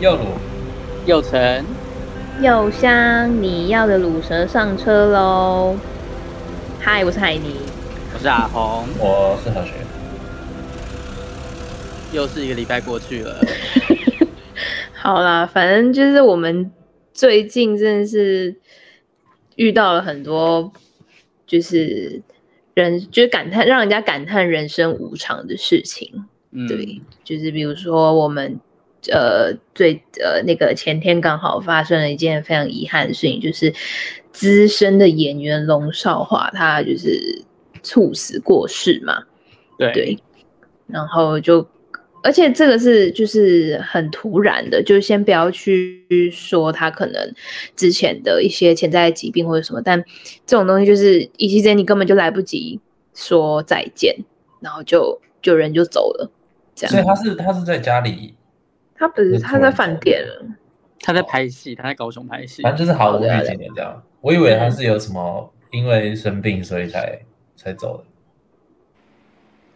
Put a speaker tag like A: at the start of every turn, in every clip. A: 右鲁，
B: 右城，
C: 柚香，你要的卤蛇上车喽！嗨，我是海尼。
B: 我是阿红，
A: 我是何学。
B: 又是一个礼拜过去了，
C: 好啦，反正就是我们最近真的是遇到了很多，就是人就是感叹，让人家感叹人生无常的事情。
B: 嗯，
C: 对，就是比如说我们呃最呃那个前天刚好发生了一件非常遗憾的事情，就是资深的演员龙少华他就是猝死过世嘛。
B: 对
C: 对，然后就，而且这个是就是很突然的，就先不要去说他可能之前的一些潜在的疾病或者什么，但这种东西就是一夕之间你根本就来不及说再见，然后就就人就走了，这
A: 所以
C: 样。
A: 他是他是在家里，
C: 他不是
A: 那
C: 他
A: 突
C: 在
A: 然
C: 饭
A: 走
C: 店了，
B: 他在拍戏，他在高雄拍戏
A: 反，正就是毫无
C: 好的
A: 预警的这样。我以为他是有什么因为生病所以才才走的。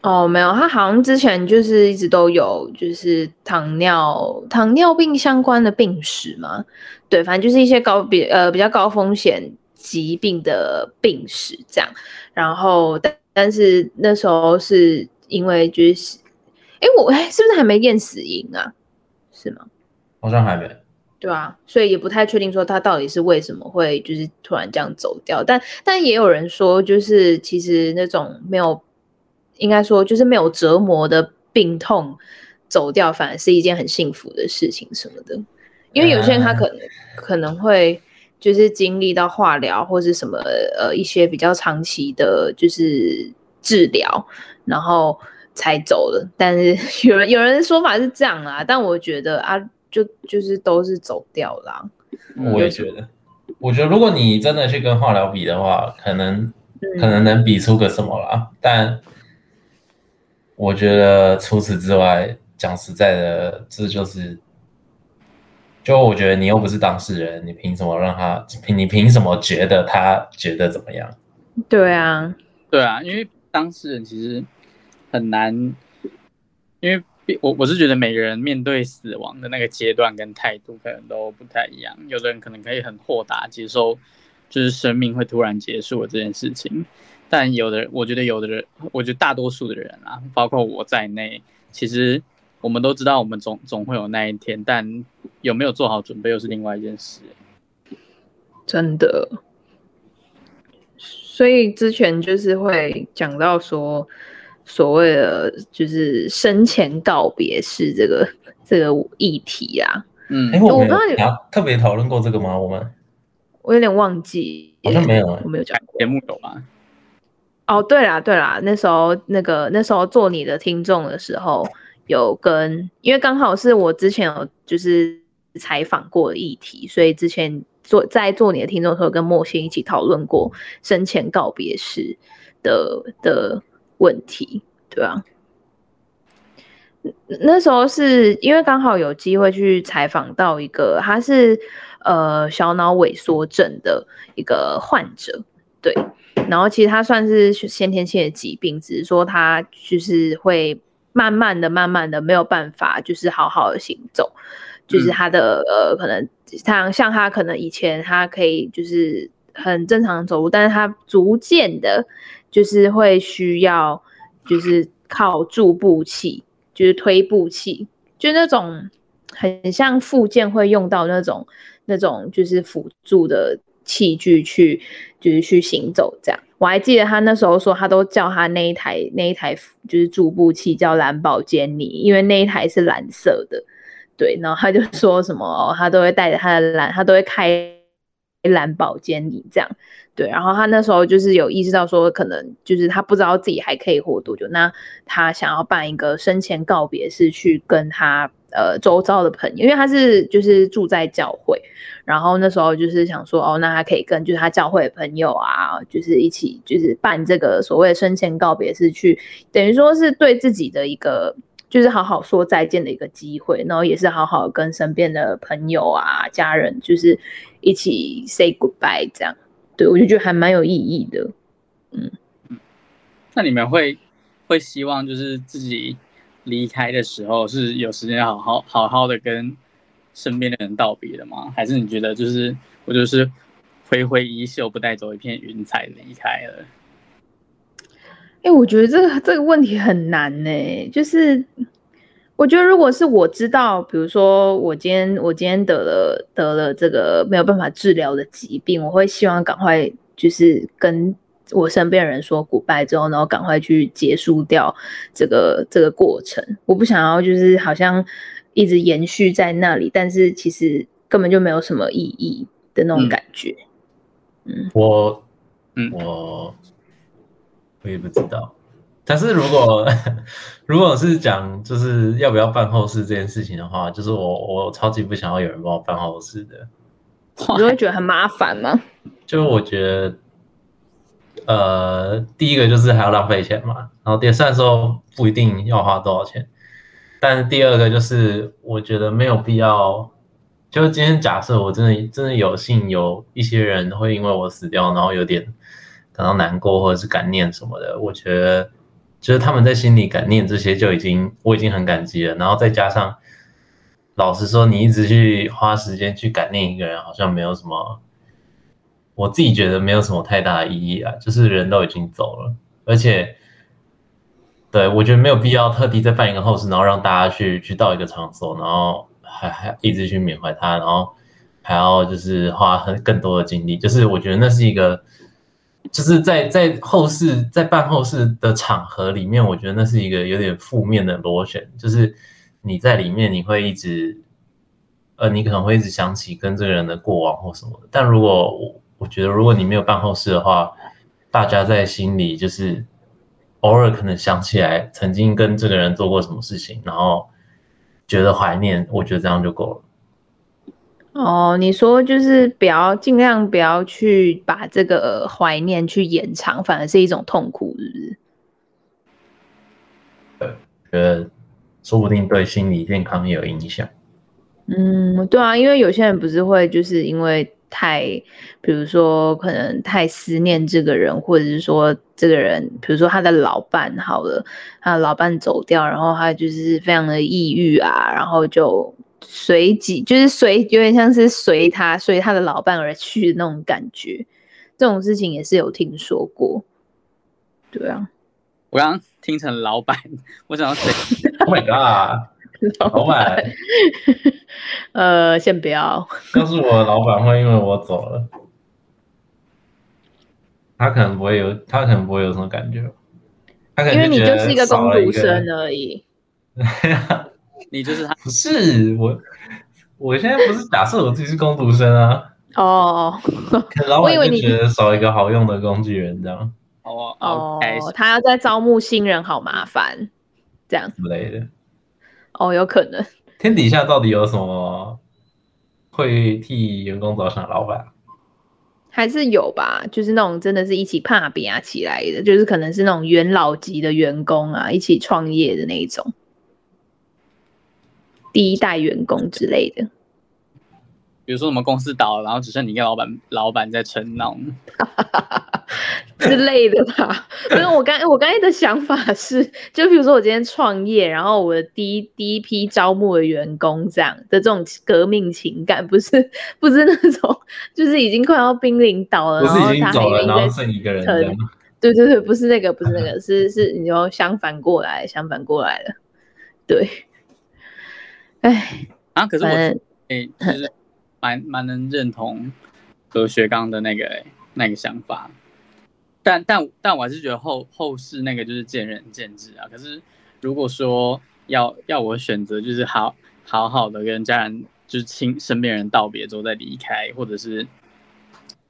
C: 哦，没有，他好像之前就是一直都有，就是糖尿糖尿病相关的病史嘛，对，反正就是一些高比呃比较高风险疾病的病史这样。然后，但但是那时候是因为就是，哎，我哎是不是还没验死因啊？是吗？
A: 好像还没，
C: 对啊，所以也不太确定说他到底是为什么会就是突然这样走掉，但但也有人说，就是其实那种没有，应该说就是没有折磨的病痛走掉，反而是一件很幸福的事情什么的，因为有些人他可能、可能会就是经历到化疗或是什么呃一些比较长期的，就是治疗，然后才走的。但是 有人有人的说法是这样啦，但我觉得啊，就就是都是走掉啦。
B: 嗯
A: 我也觉得。我觉得如果你真的去跟化疗比的话，可能
C: 嗯
A: 可能能比出个什么啦。但我觉得除此之外，讲实在的，这就是，就我觉得你又不是当事人，你凭什么让他？凭你凭什么觉得他觉得怎么样？
C: 对啊，
B: 对啊，因为当事人其实很难，因为毕我我是觉得每个人面对死亡的那个阶段跟态度可能都不太一样，有的人可能可以很豁达接受，就是生命会突然结束的这件事情，但有的人我觉得有的人，我觉得大多数的人啊，包括我在内，其实我们都知道我们总总会有那一天，但有没有做好准备又是另外一件事、
C: 真的。所以之前就是会讲到说，所谓的就是生前告别式这个这个议题啊，
B: 嗯
A: 哎，，我
C: 我
A: 们
C: 不知道你
A: 有聊特别讨论过这个吗？我们
C: 我有点忘记
A: 好
C: 耶，
A: 像没有哎
C: 我没有讲过
B: 节。目有吧？
C: 哦，对啦，对啦，那时候那个那时候做你的听众的时候，有跟，因为刚好是我之前有就是采访过的议题，所以之前做在做你的听众的时候，跟莫欣一起讨论过生前告别式的的问题，对啊。那那时候是因为刚好有机会去采访到一个他是呃小脑萎缩症的一个患者，对，然后其实他算是先天性的疾病，只是说他就是会慢慢的、慢慢的没有办法，就是好好的行走，就是
B: 嗯
C: 他的、呃，可能像像他可能以前他可以就是很正常地走路，但是他逐渐的，就是会需要就是靠助步器，就是推步器，就那种很像附件会用到那种那种就是辅助的器具去，就是去行走这样。我还记得他那时候说，他都叫他那一台那一台就是助步器叫蓝宝坚尼，因为那一台是蓝色的。对，然后他就说什么，哦、他都会带着他的蓝，他都会开蓝宝坚尼这样。对，然后他那时候就是有意识到说，可能就是他不知道自己还可以活多久，那他想要办一个生前告别式，去跟他呃周遭的朋友，因为他是就是住在教会，然后那时候就是想说，哦，那他可以跟就是他教会的朋友啊，就是一起就是办这个所谓的生前告别式，去等于说是对自己的一个。就是好好说再见的一个机会，然后也是好好跟身边的朋友啊、家人，就是一起 say goodbye 这样。对我就觉得还蛮有意义的。
B: 那你们会会希望就是自己离开的时候是有时间好好好好的跟身边的人道别的吗？还是你觉得就是我就是挥挥衣袖，不带走一片云彩离开了？
C: 哎、我觉得这个这个问题很难呢、就是我觉得如果是我知道，比如说我今天我今天得了得了这个没有办法治疗的疾病，我会希望赶快就是跟我身边的人说 goodbye 之后，然后赶快去结束掉这个这个过程。我不想要就是好像一直延续在那里，但是其实根本就没有什么意义的那种
B: 嗯
C: 感觉。
A: 我，
B: 嗯
A: 我我也不知道。但是如果 如果是讲就是要不要办后事这件事情的话，就是我我超级不想要有人帮我办后事的，
C: 你就会觉得很麻烦吗？
A: 就是我觉得，呃，第一个就是还要浪费钱嘛，然后第虽然说不一定要花多少钱，但是第二个就是我觉得没有必要。就是今天假设我真的真的有幸有一些人会因为我死掉，然后有点感到难过或者是感念什么的，我觉得就是他们在心里感念这些就已经我已经很感激了，然后再加上。老实说，你一直去花时间去感念一个人，好像没有什么我自己觉得没有什么太大的意义啊，就是人都已经走了，而且，对我觉得没有必要特地再办一个后事，然后让大家去去到一个场所，然后还还一直去缅怀他，然后还要就是花很更多的精力，就是我觉得那是一个，就是在在后世在办后事的场合里面，我觉得那是一个有点负面的螺旋，就是你在里面你会一直呃，你可能会一直想起跟这个人的过往或什么的。但如果我我觉得，如果你没有办后事的话，大家在心里就是偶尔可能想起来曾经跟这个人做过什么事情，然后觉得怀念，我觉得这样就够了。
C: 哦，你说就是不要尽量不要去把这个怀念去延长，反而是一种痛苦，是不是？
A: 觉得说不定对心理健康也有影响。
C: 嗯，对啊，因为有些人不是会就是因为太，比如说可能太思念这个人，或者是说这个人，比如说他的老伴好了，他的老伴走掉，然后他就是非常的抑郁啊，然后就随即就是随有点像是随他随他的老伴而去的那种感觉，这种事情也是有听说过，对啊，
B: 我刚刚听成老板，我想要谁？
A: Oh my god！老板，
C: 呃，先不要。
A: 要是我的老板会因为我走了，他可能不会有，他可能不会有什么感觉吧。他可能
C: 因为你
A: 觉
C: 就
A: 得
C: 是一个
A: 少
C: 工
A: 了
C: 读生啊
A: 个
C: 而已。
B: 你就是他，
A: 不是我，我现在不是假设我自己是工读生啊，
C: 哦
A: 可能老
C: 我
A: 板
C: 以为
A: 就
C: 你
A: 觉得少一个好用的工具人这样
B: 哦
C: 哦
B: ，OK，，
C: 他要再招募新人，好麻烦。这样
A: 之类的。
C: 哦，有可能。
A: 天底下到底有什么会替员工着想的老板？
C: 还是有吧，就是那种真的是一起怕比啊起来的，就是可能是那种元老级的员工啊，一起创业的那一种，第一代员工之类的。
B: 比如说我们公司倒了，然后只剩你跟老板，老板在撑那种。
C: 之类的吧。不是我刚我刚才的想法是，就比如说我今天创业，然后我的第一第一批招募的员工这样的这种革命情感，不是不是那种就是已经快要濒临倒了，
A: 不
C: 然
A: 是
C: 后
A: 已经
C: 他
A: 走
C: 还
A: 了，
C: 愿
A: 然后
C: 意
A: 剩一个人
C: 撑
A: 这样。
C: 对对对，不是那个，不是那个，是是，你就相反过来，相反过来了。对，哎，
B: 啊，可是我
C: 反正
B: 诶、就是蛮蛮能认同何学刚的那个、诶那个想法，但但但我还是觉得后后世那个就是见仁见智啊。可是如果说要要我选择，就是好好好的跟家人就是亲身边人道别之后再离开，或者是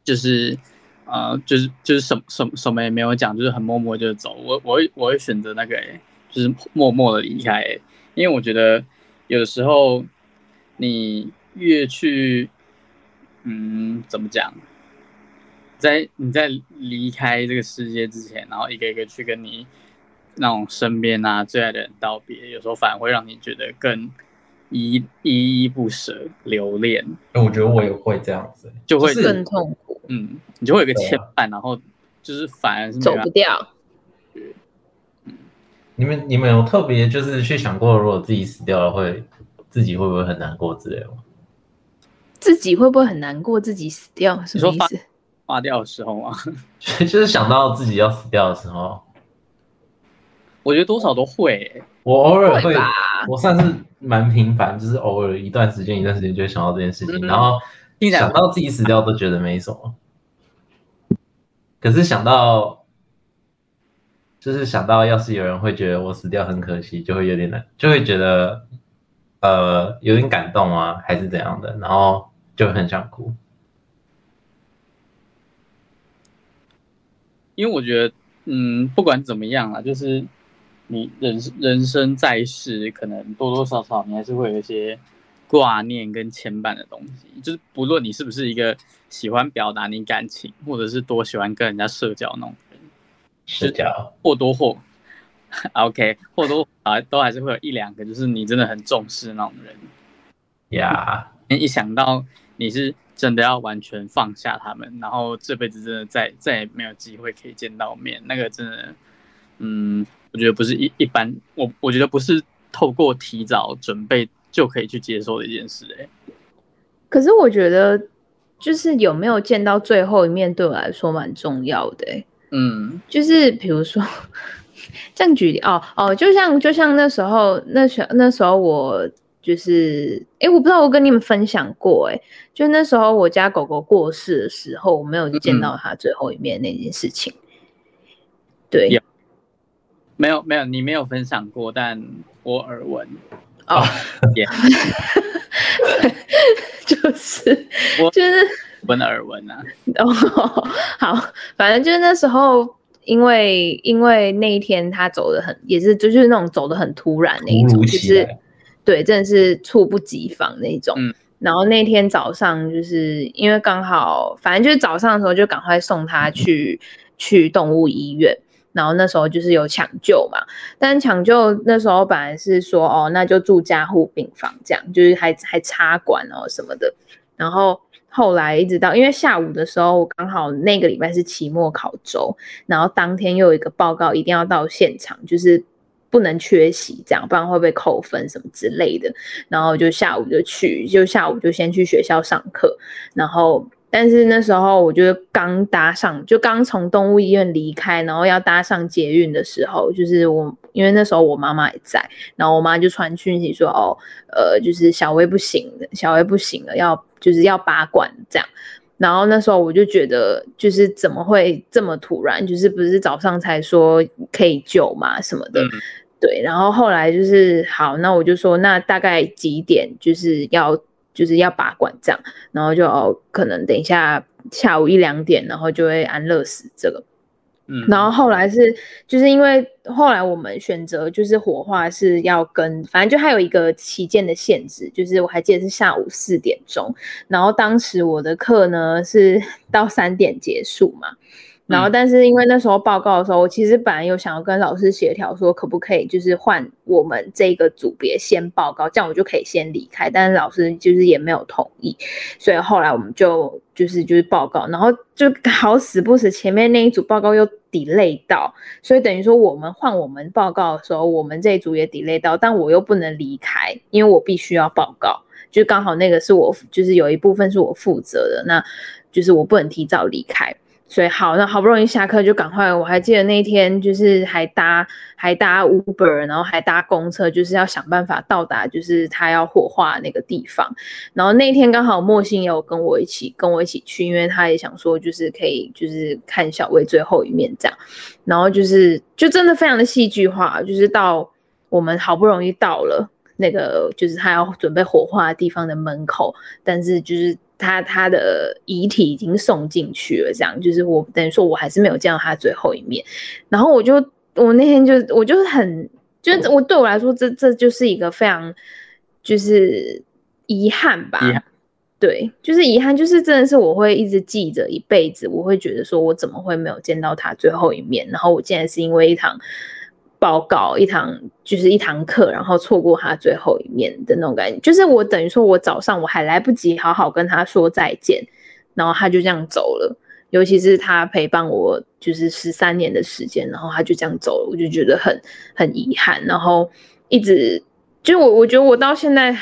B: 就是呃就是就是什么什么什么也没有讲，就是很默默就走，我我会我会选择那个、诶就是默默的离开、诶因为我觉得有的时候你越去，嗯，怎么讲，在你在离开这个世界之前，然后一个一个去跟你那种身边啊最爱的人道别，有时候反而会让你觉得更依依依不舍、留恋，
A: 哎我觉得我也会这样子，
B: 就会
A: 是
C: 更痛苦，
B: 嗯，你就会有一个
A: 对啊
B: 牵绊，然后就是反而是没
C: 走
B: 办
C: 不掉。
A: 你们你们有特别就是去想过，如果自己死掉了会自己会不会很难过之类的吗？
C: 自己会不会很难过？自己死掉什么
B: 你
C: 意
B: 说
C: 思？
B: 花掉的时候啊，
A: 就是想到自己要死掉的时候，
B: 我觉得多少都会欸、
A: 我偶尔
C: 会
A: 会
C: 吧，
A: 我算是蛮频繁，就是偶尔一段时间一段时间就会想到这件事情，
B: 嗯
A: 然后
B: 听起来
A: 想到自己死掉都觉得没什么，可是想到就是想到要是有人会觉得我死掉很可惜，就会有点难，就会觉得呃有点感动啊，还是怎样的，然后就很想哭。
B: 因为我觉得，嗯，不管怎么样啊，就是你人人生在世，可能多多少少你还是会有一些挂念跟牵绊的东西。就是不论你是不是一个喜欢表达你感情，或者是多喜欢跟人家社交那种人，
A: 是掉，
B: 或多或 OK，或多或少都还是会有一两个，就是你真的很重视那种人。
A: 呀，
B: 你一想到你是真的要完全放下他们，然后这辈子真的再再也没有机会可以见到面，那个真的，嗯，我觉得不是一一般，我我觉得不是透过提早准备就可以去接受的一件事、欸，
C: 可是我觉得，就是有没有见到最后一面，对我来说蛮重要的、欸。
B: 嗯，
C: 就是比如说，这样举例哦哦，就像就像那时候那时那时候我就是，诶，我不知道我跟你们分享过、诶，就那时候我家狗狗过世的时候，我没有见到它最后一面那件事情。对，
B: 有没有没有，你没有分享过，但我耳闻，
C: 哦，
B: 也
C: 就是
B: 我
C: 就是
B: 我的耳闻啊，
C: 哦， 好，反正就是那时候，因为因为那一天他走的很，也是就是那种走的很突然那一
A: 突
C: 种，
A: 如
C: 就
A: 其
C: 是
A: 来，
C: 对，真的是猝不及防那一种。
B: 嗯
C: 然后那天早上，就是因为刚好，反正就是早上的时候就赶快送
A: 嗯
C: 他去、去动物医院。然后那时候就是有抢救嘛，但抢救那时候本来是说哦，那就住加护病房这样，就是还还插管哦什么的。然后后来一直到因为下午的时候，我刚好那个礼拜是期末考周，然后当天又有一个报告一定要到现场，就是不能缺席，这样不然会被扣分什么之类的。然后就下午就去，就下午就先去学校上课，然后。但是那时候我就是刚搭上，就刚从动物医院离开，然后要搭上捷运的时候，就是我因为那时候我妈妈也在，然后我妈就传讯息说，哦，呃，就是小薇不行了，小薇不行了，要就是要拔管这样。然后那时候我就觉得，就是怎么会这么突然？就是不是早上才说可以救嘛什么的，
B: 嗯
C: 对。然后后来就是好，那我就说那大概几点就是要就是要拔管这样，然后就哦，可能等一下下午一两点，然后就会安乐死这个。
B: 嗯，
C: 然后后来是就是因为后来我们选择就是火化是要跟，反正就还有一个期间的限制，就是我还记得是下午四点钟，然后当时我的课呢是 到三点结束嘛。然后，
B: 嗯
C: 但是因为那时候报告的时候，我其实本来有想要跟老师协调说，可不可以就是换我们这个组别先报告，这样我就可以先离开。但是老师就是也没有同意，所以后来我们就就是就是报告，然后就好死不死前面那一组报告又 delay 到，所以等于说我们换我们报告的时候，我们这一组也 delay 到，但我又不能离开，因为我必须要报告，就刚好那个是我就是有一部分是我负责的，那就是我不能提早离开。所以好，那好不容易下课就赶快，我还记得那一天就是还搭还搭 Uber，然后还搭公车，就是要想办法到达就是他要火化的那个地方。然后那一天刚好莫欣也有跟我一起跟我一起去，因为他也想说就是可以就是看小薇最后一面这样，然后就是就真的非常的戏剧化，就是到我们好不容易到了那个就是他要准备火化的地方的门口，但是就是他他的遗体已经送进去了，这样就是我等于说我还是没有见到他最后一面，然后我就我那天就我就是很就是我对我来说这这就是一个非常就是遗憾吧，
B: 遗憾
C: 对，就是遗憾，就是真的是我会一直记着一辈子，我会觉得说我怎么会没有见到他最后一面，然后我竟然是因为一堂。报告一堂就是一堂课，然后错过他最后一面的那种感觉，就是我等于说我早上我还来不及好好跟他说再见，然后他就这样走了。尤其是他陪伴我就是十三年的时间，然后他就这样走了，我就觉得很很遗憾。然后一直就我我觉得我到现在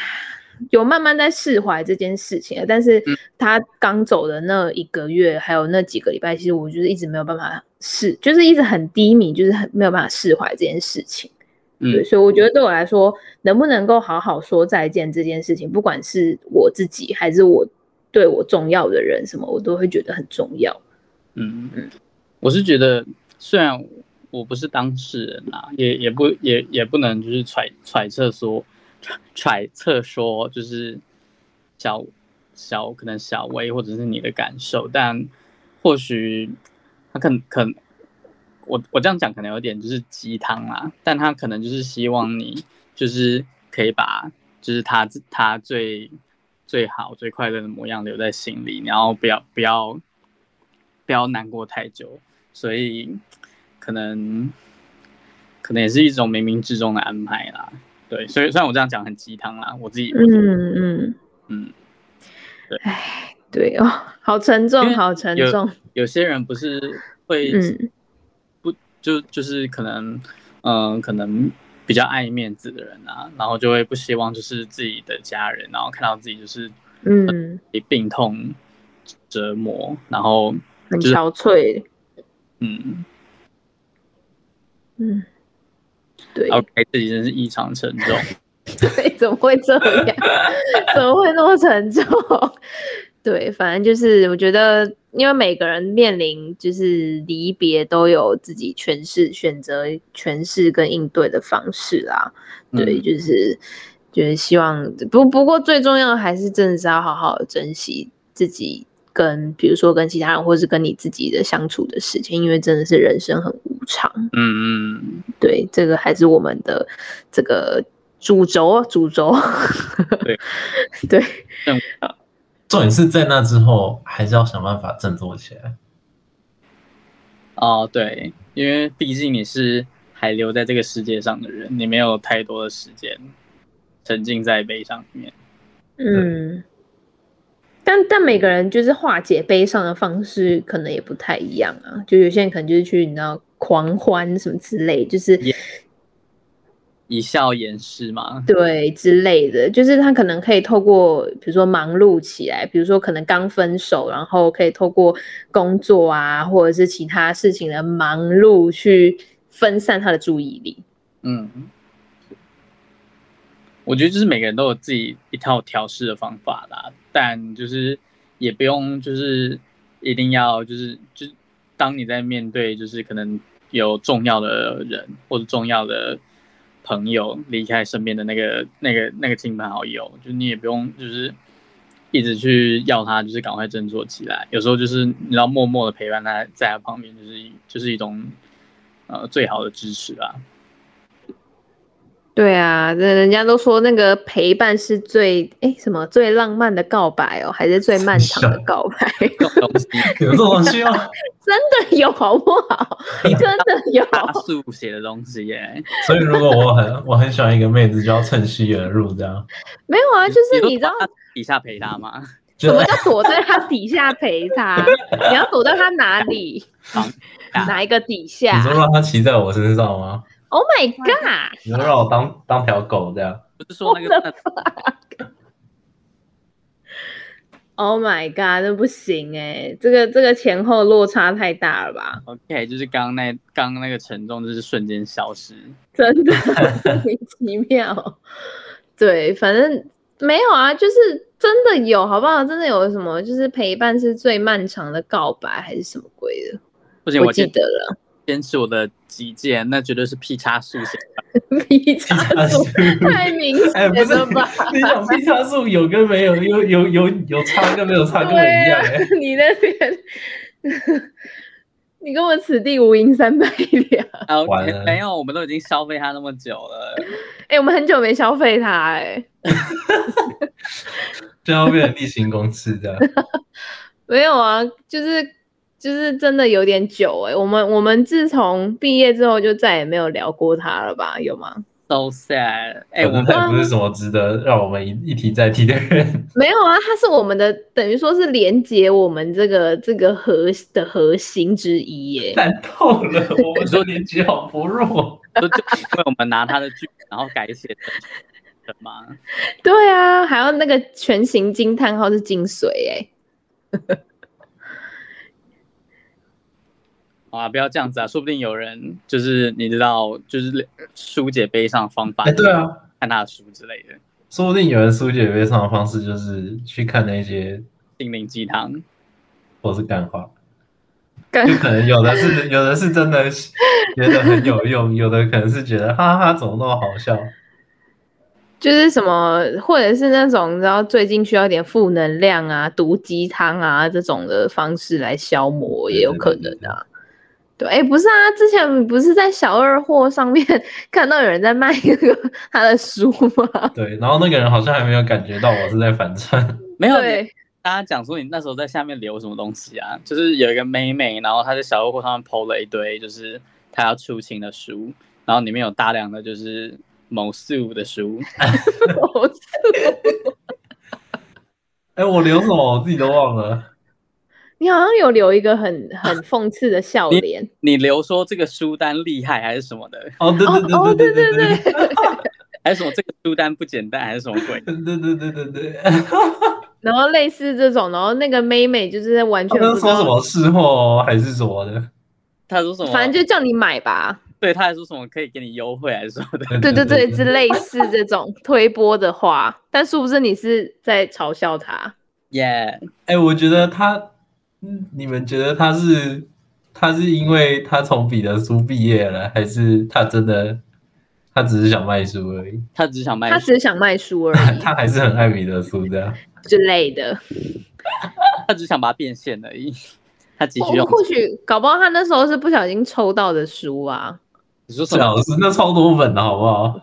C: 有慢慢在释怀这件事情，但是他刚走的那一个月，还有那几个礼拜，其实我就是一直没有办法释，就是一直很低迷，就是很没有办法释怀这件事情。对，
B: 嗯，
C: 所以我觉得对我来说，能不能够好好说再见这件事情，不管是我自己还是我对我重要的人什么，我都会觉得很重要。
B: 嗯，嗯，我是觉得，虽然我不是当事人啦，也也不也也不能就是揣揣测说，揣测说就是小小可能小薇或者是你的感受，但或许他可能可能我我这样讲可能有点就是鸡汤啦，但他可能就是希望你就是可以把就是他自他最最好最快乐的模样留在心里，然后不要不要不要难过太久，所以可能可能也是一种冥冥之中的安排啦。对，所以虽然我这样讲很鸡汤啦，我自己
C: 嗯嗯
B: 嗯，
C: 唉，对哦，好沉重，好沉重
B: 有。有些人不是会
C: 嗯
B: 不就就是可能，嗯、可能比较爱面子的人啊，然后就会不希望就是自己的家人，然后看到自己就是
C: 嗯，
B: 被病痛折磨，然后
C: 很憔悴。
B: 嗯
C: 嗯，对。
B: ，OK，自己真是异常沉重。
C: 对，怎么会这样？ 怎么会那么沉重？ 对，反正就是我觉得，因为每个人面临就是离别，都有自己诠释、选择、诠释跟应对的方式啦。对，
B: 嗯
C: 就是就是希望不不过最重要的还是真的是要好好地珍惜自己跟比如说跟其他人，或是跟你自己的相处的事情，因为真的是人生很无常。
B: 嗯嗯。
C: 对，这个还是我们的这个主轴，哦主轴。
B: 对
C: 对，
A: 重点是在那之后，还是要想办法振作起来。
B: 哦，对，因为毕竟你是还留在这个世界上的人，你没有太多的时间沉浸在悲伤里面。
C: 嗯。但但每个人就是化解悲伤的方式可能也不太一样啊，就有些人可能就是去你知道狂欢什么之类，就是
B: 也以笑掩饰嘛，
C: 对之类的，就是他可能可以透过比如说忙碌起来，比如说可能刚分手，然后可以透过工作啊或者是其他事情的忙碌去分散他的注意力。
B: 嗯，我觉得就是每个人都有自己一套调试的方法啦，但就是也不用就是一定要就是就是当你在面对就是可能有重要的人或者重要的朋友离开身边的那个那个那个亲朋好友，就你也不用就是一直去要他就是赶快振作起来，有时候就是你要默默的陪伴他在他旁边，就是就是一种呃最好的支持啊。
C: 对啊，这人家都说那个陪伴是最哎什么最浪漫的告白哦，还是最漫长的告白？
B: 这种东西
A: 有这种东西吗？
C: 真的有好不好？真的有，
B: 大速写的东西耶，
A: 所以如果我很 我很喜欢一个妹子，就要趁虚而入，这样
C: 没有 啊？就是你知道
B: 说底下陪他吗？
A: 就哎
C: 什么
A: 是
C: 叫躲在他底下陪他？你要躲到他哪里？
B: 绑
C: 哪一个底
A: 你说
C: 下
A: 让她骑在我身上吗？
C: ？Oh my god！
A: 你说让我当当条狗这 样？
B: 不是说那个
C: Oh my god，那不行哎、这个这个前后落差太大了吧？
B: OK，就是刚刚那刚刚那个沉重，就是瞬间消失。
C: 真的莫名其妙。对，反正没有啊，就是真的有，好不好？真的有什么，就是陪伴是最漫长的告白，还是什么鬼的？
B: 不行，
C: 我
B: 我
C: 记
B: 先
C: 得了，
B: 坚持我的极限，那绝对是 P 叉速 写的。
C: 你这个说太明
A: 哎，
C: 显
A: 不是
C: 了吧？，
A: 啊 你讲劈叉数有跟没有，有有有有差跟没有差根本一样哎、
C: 啊你那边， 你跟我此地无银三百两。
B: 啊
A: 完了
B: 没有，我们都已经消费他那么久了。
C: 哎、我们很久没消费它、哎，
A: 就要变成例行公事这样。
C: 没有啊，就是就是真的有点久哎、我们我们自从毕业之后就再也没有聊过它了吧？有吗？
B: So sad。哎，
A: 可能
B: 我们
A: 他也不是什么值得让我们一一提再提的人。
C: 没有啊，它是我们的，等于说是连接我们这个这个核的核心之一欸耶。
A: 烂透了，我们的年纪好薄弱。
B: 都就因为我们拿他的剧，然后改写成人嘛。
C: 对啊，还有那个全形惊叹号是精髓哎、
B: 好啊，不要这样子啊，说不定有人就是你知道，就是疏解悲伤的方法，
A: 哎，对，啊，
B: 看他的书之类的
A: 说不定有人疏解悲伤的方式就是去看那些
B: 心灵鸡汤。
A: 或是干话，
C: 干
A: 就可能有的是有的是真的觉得很有用，有的可能是觉得哈哈怎么那么好笑，
C: 就是什么，或者是那种你知道最近需要一点负能量啊、毒鸡汤啊这种的方式来消磨，
A: 对
C: 也有
A: 对
C: 可
A: 对
C: 能
A: 对
C: 啊。对，哎，不是啊，之前不是在小二货上面看到有人在卖那个他的书 吗？
A: 对，然后那个人好像还没有感觉到我是在反串，
B: 没有，
C: 对，
B: 大家讲说你那时候在下面留什么东西啊？就是有一个妹妹，然后她在小诱惑上面 PO 了一堆，就是她要出勤的书，然后里面有大量的就是某素的书，
C: 我
A: 哎，我留什么我自己都忘了，
C: 你好像有留一个很 很讽刺的笑
B: 你
C: 脸，
B: 你留说这个书单厉害还是什么的，
A: 哦，对
C: 哦哦
A: 对对对对
B: 还是什么这个书单不简单还是什么鬼？
A: 对对对对对对，
C: 然后类似这种，然后那个妹妹就是完
A: 他
C: 全不
A: 们
C: 知
A: 说什
C: 道，
A: 么事后还是什么的，
B: 她说什么？
C: 反正就叫你买吧，
B: 对，她还说什么可以给你优惠还是什么的？
C: 对对对，之
A: 对，
C: 类似这种推波的话，但殊不知你是在嘲笑他。
B: 耶、
A: 哎，我觉得他，嗯你们觉得他是他是因为他从彼得书毕业了，还是他真的他只是想卖书而已？
B: 她只想卖
C: 他
B: 书，
C: 只是想卖书而 已
A: 他还是很爱彼得苏的啊。
C: 之类的。
B: 她只想把它变现而已。她急需
C: 或
B: 用。
C: 哦或许搞不好他那时候是不小心抽到的书啊。
B: 你说什
A: 是
B: 么？
A: 老师，那超多粉的好不好？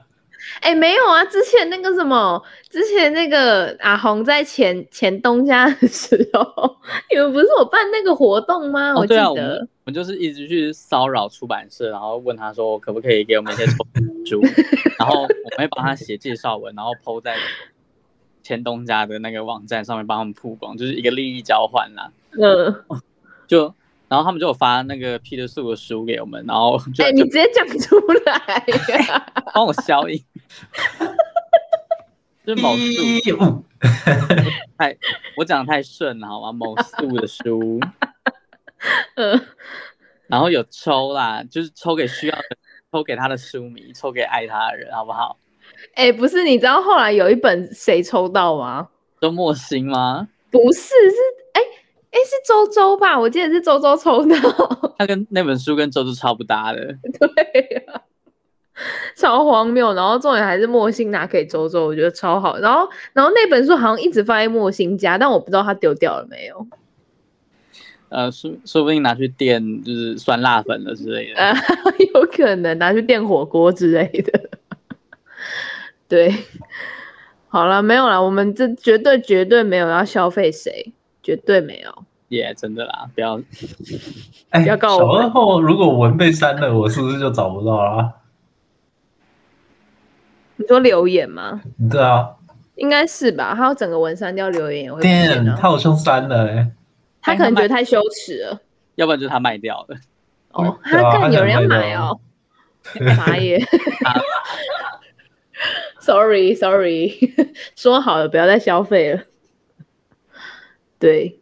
C: 哎、没有啊，之前那个什么，之前那个阿红在前前东家的时候，你们不是有办那个活动吗？
B: 哦，
C: 我记
B: 对
C: 得。
B: 啊，我们我们就是一直去骚扰出版社，然后问他说可不可以给我们一些抽 书，然后我们会帮他写介绍文，然后 PO 在前东家的那个网站上面帮他们曝光，就是一个利益交换啦。
C: 嗯，
B: 就然后他们就有发那个 Peter Su 的书给我们，然后就、
C: 哎、你
B: 就
C: 直接讲出来、啊
B: 帮我消音，就是某素，
A: 咦呜
B: 我讲得太顺了好吗？某素的书，
C: 嗯，
B: 然后有抽啦，就是抽给需要的，抽给他的书迷，抽给爱他的人，好不好？
C: 哎、不是，你知道后来有一本谁抽到吗？
B: 周莫星吗？
C: 不是，是哎哎、是周周吧？我记得是周周抽到，
B: 他跟那本书跟周周超不搭的，
C: 对呀、超荒谬。然后重点还是莫欣拿给周周，我觉得超好。然后然后那本书好像一直放在莫欣家，但我不知道他丢掉了没有。
B: 呃，说说不定拿去垫就是酸辣粉了之类的。
C: 呃，有可能拿去垫火锅之类的。对，好了，没有了，我们这绝对绝对没有要消费谁，绝对没有。
B: 也、真的啦，不要
A: 哎，
C: 不要告
A: 小
C: 我
A: 二后如果文被删了，我是不是就找不到啦？
C: 你说留言吗？
A: 对啊
C: 应该是吧，他要整个文删掉留言也会不见
A: ，damn，
C: 啊
A: 他好像删了哎，
C: 他可能觉得太羞耻了。
B: 要不然就是他卖掉了。
C: 哦，
A: 对啊
C: 他看有人要
A: 他想
C: 买
A: 买
C: 哦，傻眼。Sorry Sorry，说 好了不要再消费了。对，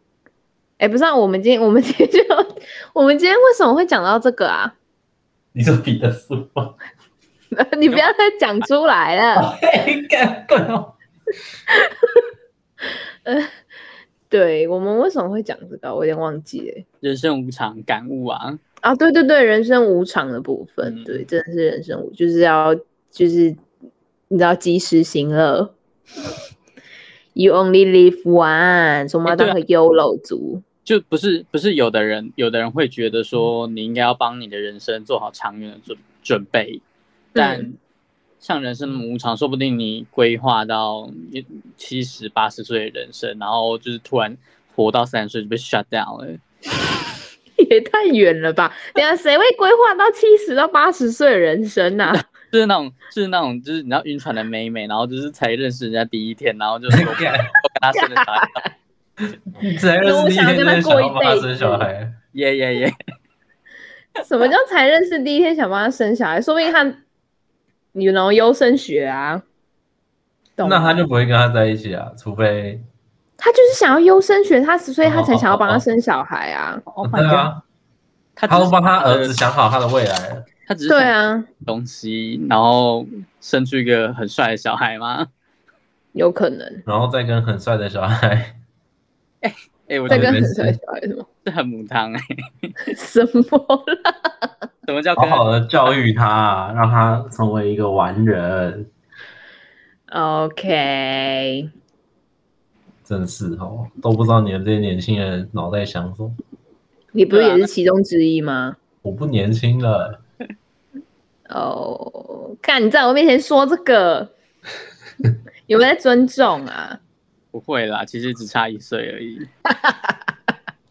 C: 哎，不是、啊，我们今天我们今天就我们今天为什么会讲到这个啊？
A: 你说彼得苏吗？
C: 你不要再讲出来了。
A: 哎，干滚哦！
C: 对我们为什么会讲这个？我有点忘记了。
B: 人生无常，感悟啊！
C: 啊，对对对，人生无常的部分，
B: 嗯
C: 对，真的是人生无，就是要就是你知道及时行乐，You only live one，所以我们
A: 哎
C: 要
B: 诶对
C: 当
B: 啊
C: 个优柔族。
B: 就不是不是有的人，有的人会觉得说你应该要帮你的人生做好长远的准准备，但像人生那么无常，说不定你规划到七十八十岁的人生，然后就是突然活到三十岁就被 shut down 了。
C: 也太远了吧？等一下谁会规划到七十到八十岁的人生呐、啊？
B: 就是那种，就是那种，就是你知道晕船的妹妹，然后就是才认识人家第一天，然后就说我跟她生的小孩，
A: 你才二十一天就在想要帮他生小孩，
B: 耶耶耶！
C: 什么叫才认识第一天想帮他生小孩？说不定他，你能优生学啊，懂
A: 那他就不会跟他在一起啊，除非
C: 他就是想要优生学他，所以他才想要帮
A: 哦哦
C: 他
A: 哦
C: 生小孩啊。
B: Oh
A: 对
B: my god！、
A: 啊，
B: 他
A: 他
B: 只
A: 都
B: 是
A: 帮他儿子
B: 呃，
A: 想好他的未来了。
B: 他只是
C: 对
B: 想
C: 啊，
B: 东西，然后生出一个很帅的小孩吗？
C: 有可能
A: 然后再跟很帅的小孩，
B: 哎、我
C: 在
B: 觉得
C: 跟
A: 没
C: 很
A: 事
C: 帅的小孩什么
B: 这很母汤哎、
C: 什么 啦？
B: 什么叫
A: 好
B: 跟
A: 好的教育他，让他成为一个完人，
C: OK，
A: 真是哦，都不知道你们这些年轻人脑袋想什么。
C: 你不是
B: 对啊
C: 也是其中之一吗？
A: 我不年轻了，
C: 哦，看你在我面前说这个， 有没有在尊重啊？
B: 不会啦，其实只差一岁而已。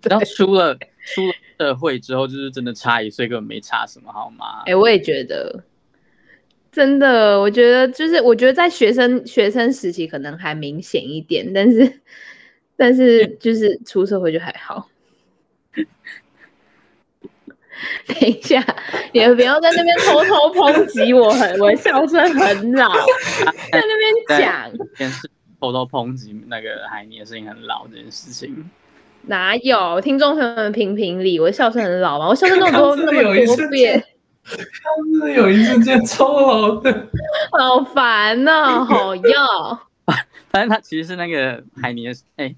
B: 然后出了出了社会之后，就是真的差一岁，根本没差什么，好吗？
C: 哎、我也觉得，真的，我觉得就是，我觉得在学生学生时期可能还明显一点，但是 但是就是出社会就还好。 等一下，你们不要在那边偷偷抨击我很，我笑声很老，在那边讲
B: 电视偷偷抨击那个海尼的事情很老这件事情，
C: 哪有？听众朋友们评评理，我的笑声很老吗？我笑声那么多
A: 刚刚真
C: 那
A: 的有
C: 么
A: 一
C: 多
A: 瞬
C: 遍，
A: 真的有一瞬间超老 的，
C: 好烦哦，好要。
B: 反正他其实是那个海尼的，哎、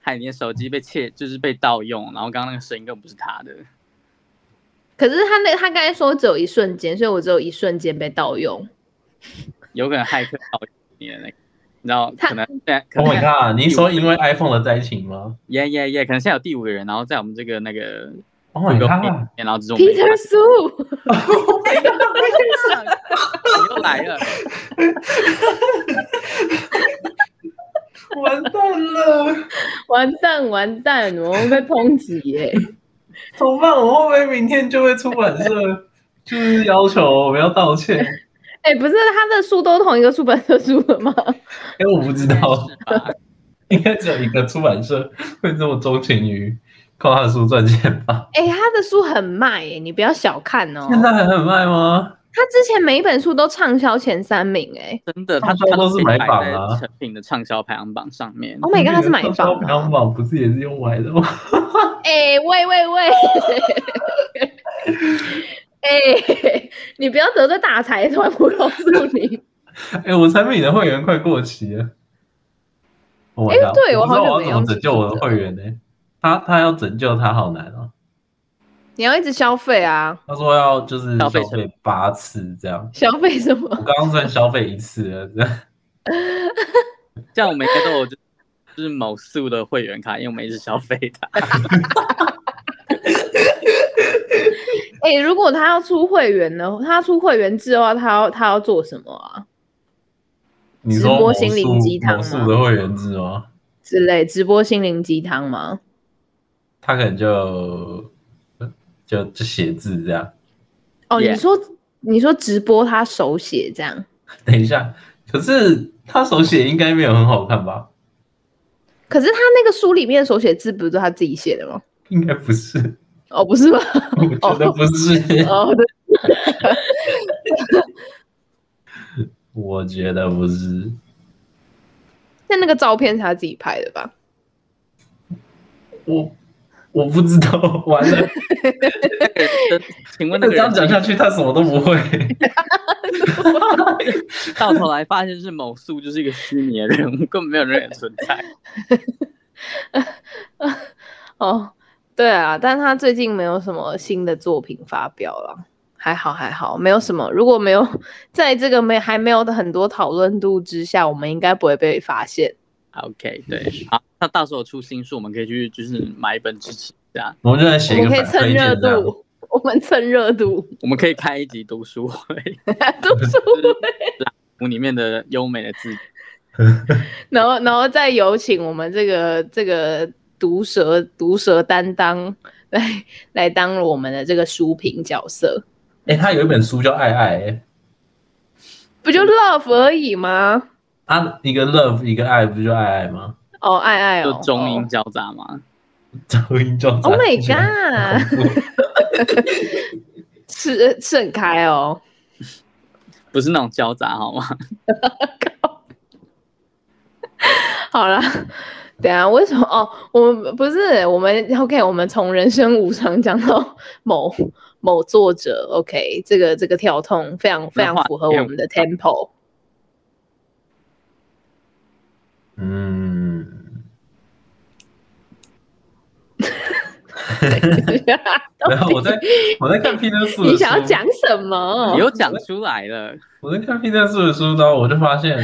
B: 海尼的手机被窃，就是被盗用，然后刚刚那个声音根本不是他的。
C: 可是他那他刚才说只有一瞬间，所以我只有一瞬间被盗用。
B: 有可能骇客到你的那个，你知道，
C: 他
B: 可能现在可
A: Oh
B: 能
A: my god！你说因为 iPhone 的灾情吗
B: 耶耶耶，可能现在有第五个人，然后在我们这个那个
A: ？Oh
B: 谷
A: my
B: 歌
A: god！
B: 面，然后这种
C: Peter Su，
B: 你又来了，
A: 完蛋了，
C: 完蛋完蛋，我们被抨击 耶、
A: 怎么办？我会不会明天就被出版社 就是要求我们要道歉？
C: 哎、不是他的书都同一个出版社出的吗？
A: 因哎为我不知道
B: 是，吧？
A: 应该只有一个出版社会这么钟情于靠他的书赚钱吧？
C: 哎、他的书很卖耶、你不要小看 哦。
A: 现在还很卖吗？
C: 他之前每一本书都畅销前三名哎、
B: 真的，他
A: 畅销
B: 他
A: 都是
B: 被
A: 买
B: 摆
A: 榜
B: 在
A: 啊
B: 成品的畅销排行榜上面。
C: Oh my god，他是买
A: 那个
C: 方
A: 排行
C: 吗？
A: 榜不是也是用买的吗？
C: 哎、喂喂 喂，哎、 你不要得罪大财团，我告诉你，
A: 哎、我产品的会员快过期了。我
C: 哎
A: 靠
C: 对
A: 我
C: 我
A: 不知道
C: 好久
A: 我
C: 没
A: 要怎么
C: 用
A: 拯救我的会员呢、他他要拯救他好难哦。
C: 你要一直消费啊，
A: 他说要就是消
B: 消费
A: 费八次这样，
C: 消费什
A: 我
C: 么？
A: 刚刚算消费一次了， 这样
B: 这样我每天都有就就是某速的会员卡，因为我们一直消费 它。
C: 哎、如果他要出会员呢？他出会员制的话，他要他要做什么啊？
A: 你说
C: 直播心灵鸡汤啊
A: 魔
C: 吗
A: 术的会员制吗？
C: 之类直播心灵鸡汤吗？
A: 他可能就就就写字这样。
C: 哦
B: Yeah
C: 你说你说直播他手写这样，
A: 等一下，可是他手写应该没有很好看吧？
C: 可是他那个书里面的手写字不是都他自己写的吗？
A: 应该不是，
C: 哦，不是吧？
A: 我觉得不是，
C: 哦， 对
A: 我觉得不是。
C: 那那个照片是他自己拍的吧？
A: 我我不知道， 完了，
B: 真请问那
A: 那
B: 个
A: 这样
B: 人
A: 讲下去，他什么都不会。
B: 到头来发现是某速就是一个虚拟的人物， 根本没有人存在。
C: 哦，对啊，但他最近没有什么新的作品发表了。还好还好，没有什么。如果没有在这个没还没有的很多讨论度之下，我们应该不会被发现。
B: OK，对， 好，那到时候出新书，我们可以去就是买一本支持一下，
A: 我们就来写
C: 我
A: 一个
C: 们可以
A: 反
C: 蹭
A: 推
C: 热
A: 荐这样。
C: 度，我们蹭热度，
B: 我们可以开一集读书 会，
C: 读书会，
B: 读里面的优美的字。
C: 然后然后再有请我们这个这个毒舌毒舌担当来来当我们的这个书评角色，
A: 哎、他有一本书叫《爱爱、欸
C: 不就 love 而已吗？》
A: 啊，一个 love，一个爱，不就爱爱吗？
C: 哦，爱爱
B: 就
C: 哦，
B: 中英
C: 哦
B: 交杂嘛。
A: 抖音叫
C: Oh my
A: 这样
C: god，吃吃很开哦，
B: 不是那种交杂好吗？
C: 好了，等一下为什么？哦，我们不是我们 OK，我们从人生无常讲到某某作者 OK，这个这个跳痛非常非常符合我们 的 tempo。
A: 嗯，然后我在 我在看 Peter 树的书，
C: 哦你想要讲什么
B: 你？又讲出来了，
A: 我在看 Peter 树的书，然后我就发现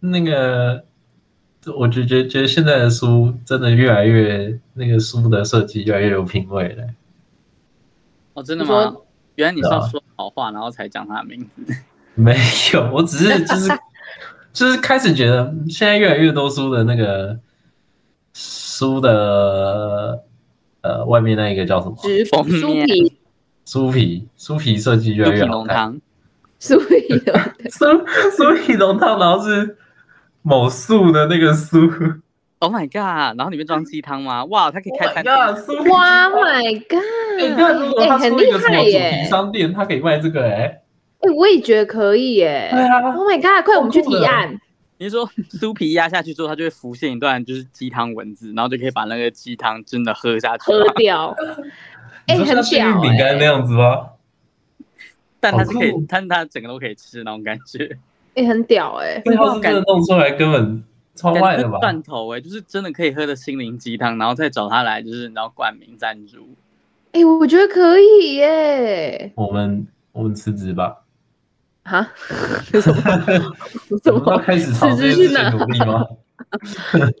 A: 那个，我就觉觉得现在的书真的越来越那个书的设计越来越有品味了。
B: 哦，真的
C: 你
B: 吗？原来你是要
A: 对啊
B: 说好话，然后才讲他的名字。
A: 没有，我只是就是就是开始觉得嗯现在越来越多书的那个书的呃外面那一个叫什么
C: 纸
B: 封面
C: 书皮
A: 书皮书皮设计越
B: 有哎
A: 来越
B: 品
A: 好
B: 浓
A: 看。
B: 汤，
C: 书皮的，
A: 苏苏皮浓汤，然后是某素的那个苏。
B: Oh my god！然后里面装鸡汤吗？哇，它可以开
A: ，Oh
B: 餐厅。
A: 苏
C: 哇，Oh my
A: 你看，如
C: god！
A: 果
C: 哎、
A: 他
C: 很
A: 出一
C: 厉
A: 个什
C: 害
A: 么主
C: 耶！
A: 题商店，他可以卖这个哎、
C: 哎、我也觉得可以耶、
A: 对啊，
C: Oh my god！快，我们去提案。
B: 你是说 酥皮压下去之后，它就会浮现一段就是鸡汤文字，然后就可以把那个鸡汤真的喝下去吗，
C: 喝掉。哎、
A: 你说
C: 很
A: 像幸
C: 屌、
A: 运饼干那
C: 哎、
A: 样子吗？
B: 但它是可以
A: 好酷，
B: 但它整个都可以吃那种感觉，
C: 哎很屌哎、
A: 这要啊是真的弄出来，根本超
B: 感
A: 卖
B: 觉
A: 的
B: 是
A: 吧？
B: 断头哎、就是真的可以喝的心灵鸡汤，然后再找他来就是你知道冠名赞助，
C: 哎、我觉得可以耶、
A: 我们我们辞职吧，
C: 哈， 啊？ 什么？什
A: 我们要
C: 么？
A: 开始朝这件事情努力 吗？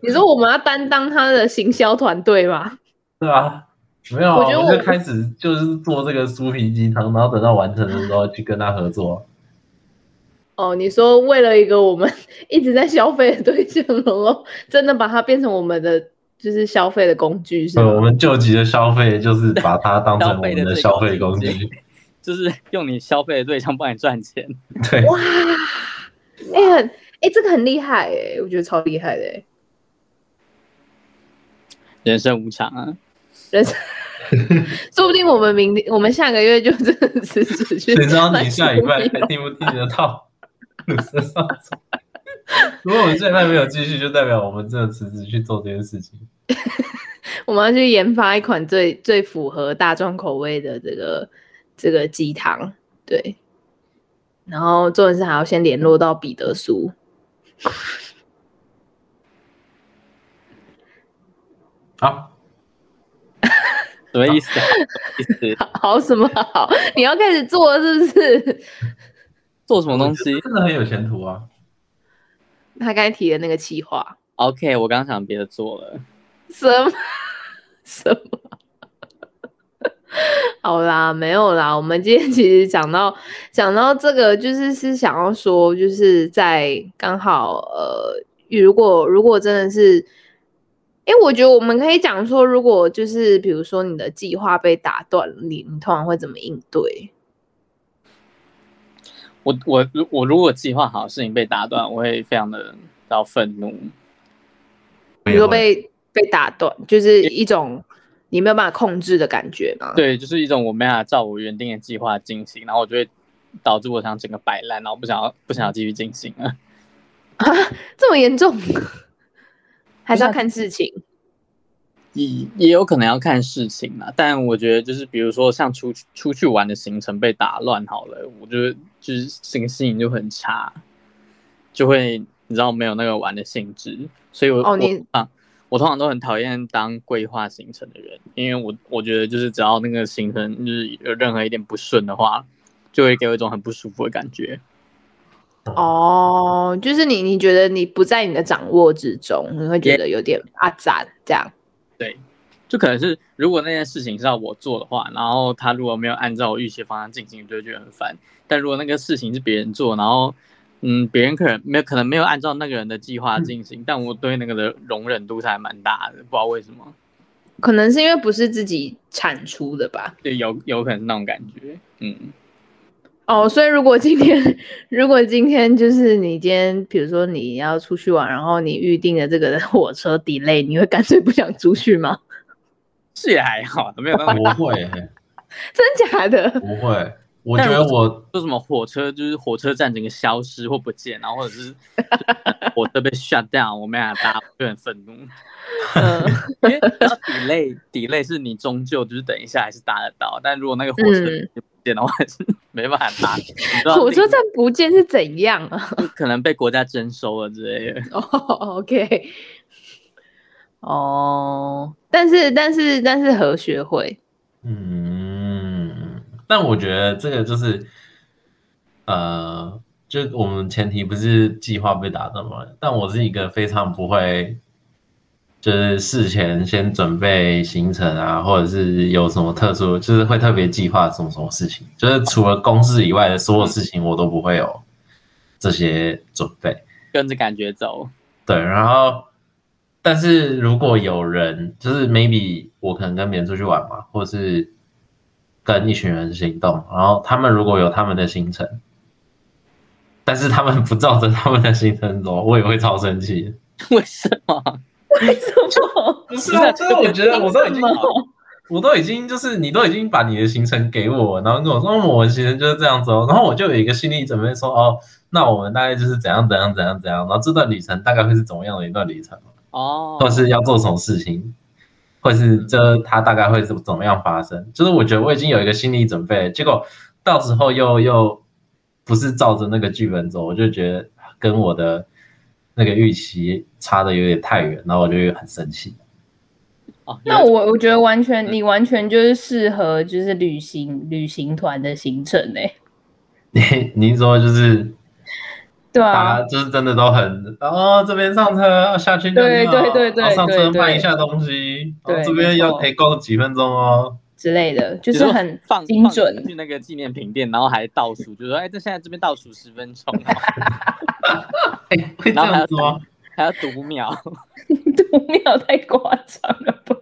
C: 你说我们要担当他的行销团队吗？
A: 对啊，没有啊，
C: 我觉得
A: 我
C: 我
A: 就开始就是做这个酥皮鸡汤，然后等到完成的时候去跟他合 作。
C: 哦，你说为了一个我们 一直在消费的对象，然后真的把它变成我们的就是消费的工具，是
A: 对，我
C: 吗？
A: 们救急的消费就是把它当成我们的消费工
B: 消费的最
A: 具。
B: 就是用你消费的对象帮你赚钱。
A: 对，
C: 哇，哎、很哎、这个很厉害哎、我觉得超厉害的、哎
B: 人生无常啊，
C: 人生，说不定我们明天，我们下个月就真的辞职去。
A: 谁知道你下礼 拜还听不听得到？ 如果我们这礼拜没有继续，就代表我们真的辞职去做这件事情。
C: 我们要去研发一款最最符合大众口味的这个这个鸡汤，对。然后重点是还要先联络到彼得苏。
A: 好，
B: 什么意思、啊？什么意思？
C: 好什么好？ 你要开始做了是不是？
B: 做什么东 西
A: 真的很有前途啊！
C: 他刚才提的那个企划，
B: ？OK，我刚想别的做了。
C: 什么 什么？ 好啦，没有啦。我们今天其实讲到讲到这个，就是是想要说，就是在刚好呃，如果如果真的是，诶，我觉得我们可以讲说，如果就是比如说你的计划被打断了，你你通常会怎么应对？
B: 我我如我如果计划好事情被打断，我会非常的到愤怒。
A: 我
C: 你
A: 也
C: 说
A: 会
C: 被被打断，就是一种你没有办法控制的感觉吗？
B: 对，就是一种我没办法照我原定的计划进行，然后我就会导致我想整个摆烂，然后不想要不想要继续进行了。
C: 这么严重， 还是要看事情。
B: 也也有可能要看事情啦，但我觉得就是比如说像出去出去玩的行程被打乱好了，我就就是心情就很差，就会你知道没有那个玩的兴致，所以我
C: 哦你
B: 我啊，我通常都很讨厌当规划行程的人，因为我我觉得就是只要那个行程就是有任何一点不顺的话，就会给我一种很不舒服的感觉。
C: 哦，就是你，你觉得你不在你的掌握之中，你会觉得有点阿展这样。
B: 就可能是如果那件事情是要我做的话，然后他如果没有按照我预期的方向进行，我就会觉得很烦。但如果那个事情是别人做，然后嗯，别人可能没有可能没有按照那个人的计划进行，但我对那个的容忍度是还蛮大的，不知道为什么，
C: 可能是因为不是自己产出的吧。
B: 就有有可能是那种感觉，嗯，
C: 哦，所以如果今天，如果今天就是你今天，比如说你要出去玩，然后你预定的这个 火车 delay，你会干脆不想出去吗？
B: 是也还好，没有那么
A: 不会，
C: 真假的？
A: 不会，我 觉得我
B: 说什么火车就是火车站整个消失或不见，然后或者是就是火车被 shut down，我没办法搭，就很愤怒。
C: 嗯，
B: 因 为你知道 delay delay 是你终究就是等一下还是搭得到，但如果那个火车
C: 嗯
B: 不见的话， 还是没办法搭。你知道
C: 火车站不见是怎样啊
B: 那个可能被国家征收了之类的。
C: 哦？OK，哦，但是但是但是和学会，
A: 嗯，但我觉得这个就是，呃，就我们前提不是计划被打断嘛，但我是一个非常不会，就是事前先准备行程啊，或者是有什么特殊，就是会特别计划什么什么事情，就是除了公事以外的所有事情，我都不会有这些准备。
B: 跟着感觉走，
A: 对，然后，但是如果有人，就是 maybe 我可能跟别人出去玩嘛，或是跟一群人行动，然后他们如果有他们的行程，但是他们不照着他们的行程走，我也会超生气。
B: 为什么？
C: 为什么？
A: 不是啊，就是我觉得我都已经
C: 为什么，
A: 我都已经就是你都已经把你的行程给我，然后跟我说、嗯、我的行程就是这样子哦，然后我就有一个心理准备说哦，那我们大概就是怎样怎样怎样怎样，然后这段旅程大概会是怎么样的一段旅程。
B: 哦，
A: 或是要做什么事情，或是这它大概会怎怎么样发生？就是我觉得我已经有一个心理准备了，结果到时候又又不是照着那个剧本走，我就觉得跟我的那个预期差的有点太远，然后我就很生气。
B: 哦
C: 那我我觉得完
B: 嗯
C: 全，你完全就是适合就是旅行旅行团的行程哎、
A: 你你是说就是
C: 对
A: 大
C: 啊
A: 家，就是真的都很哦，这边上车下去尿尿，
C: 对对对对
A: 然后上车
C: 对对
A: 卖一下东西，
C: 对
A: 哦这边要
C: 没错
A: 可以够几分钟哦。
C: 之类的，就
B: 就是
C: 很
B: 放
C: 精准
B: 放。去那个纪念品店，然后还倒数，就说哎，这现在这边倒数十分钟，然后
A: 哎，会这
B: 然后还
A: 样
B: 要
A: 子吗？
B: 还要读秒，
C: 读秒太夸张了吧？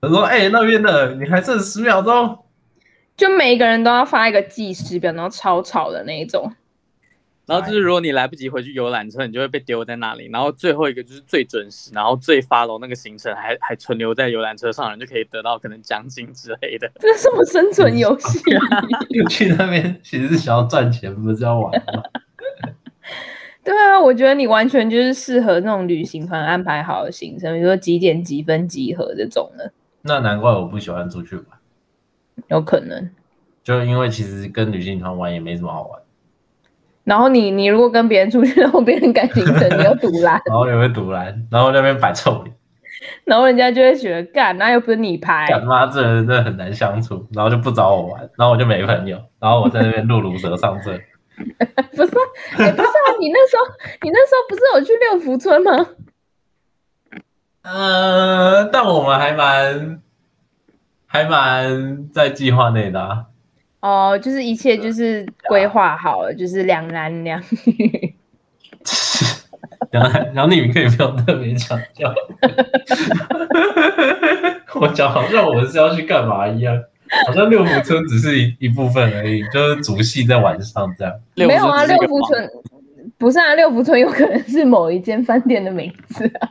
A: 他说：“哎、那边的，你还剩十秒钟。
C: 就每一个人都要发一个计时表，然后超吵的那一种。
B: 然后就是如果你来不及回去游览车，你就会被丢在那里。然后最后一个就是最准时，然后最 follow 那个行程还还存留在游览车上的人，就可以得到可能奖金之类的。
C: 这是什么生存游戏啊？
B: 嗯
A: 去那边其实是想要赚钱，不是要玩吗？
C: 对啊，我觉得你完全就是适合那种旅行团安排好的行程，比如说几点几分集合这种的，
A: 那难怪我不喜欢出去玩，
C: 有可能。
A: 就因为其实跟旅行团玩也没什么好玩，
C: 然后你你如果跟别人出去，然后别人赶行程，你又 堵啦，
A: 然后也会堵拦，然后那边摆臭脸，
C: 然后人家就会觉得干，那又不是你排，
A: 干妈这人真的很难相处，然后就不找我玩，然后我就没朋友，然后我在那边露乳蛇上阵。
C: 不是啊？哎、不是啊，你那时候你那时候不是有去六福村吗？
A: 呃，但我们还蛮还蛮在计划内的、啊，
C: 哦，就是一切就是规划好了，就是两男两 女。
A: 然后然后你们可以不用特别强调，我讲好像我们是要去干嘛一样，好像六福村只是一一部分而已，就是主戏在晚上这样。
C: 没有啊，
B: 六
C: 六
B: 福
C: 福
B: 村只是一个
C: 村不是啊，六福村有可能是某一间饭店的名字啊。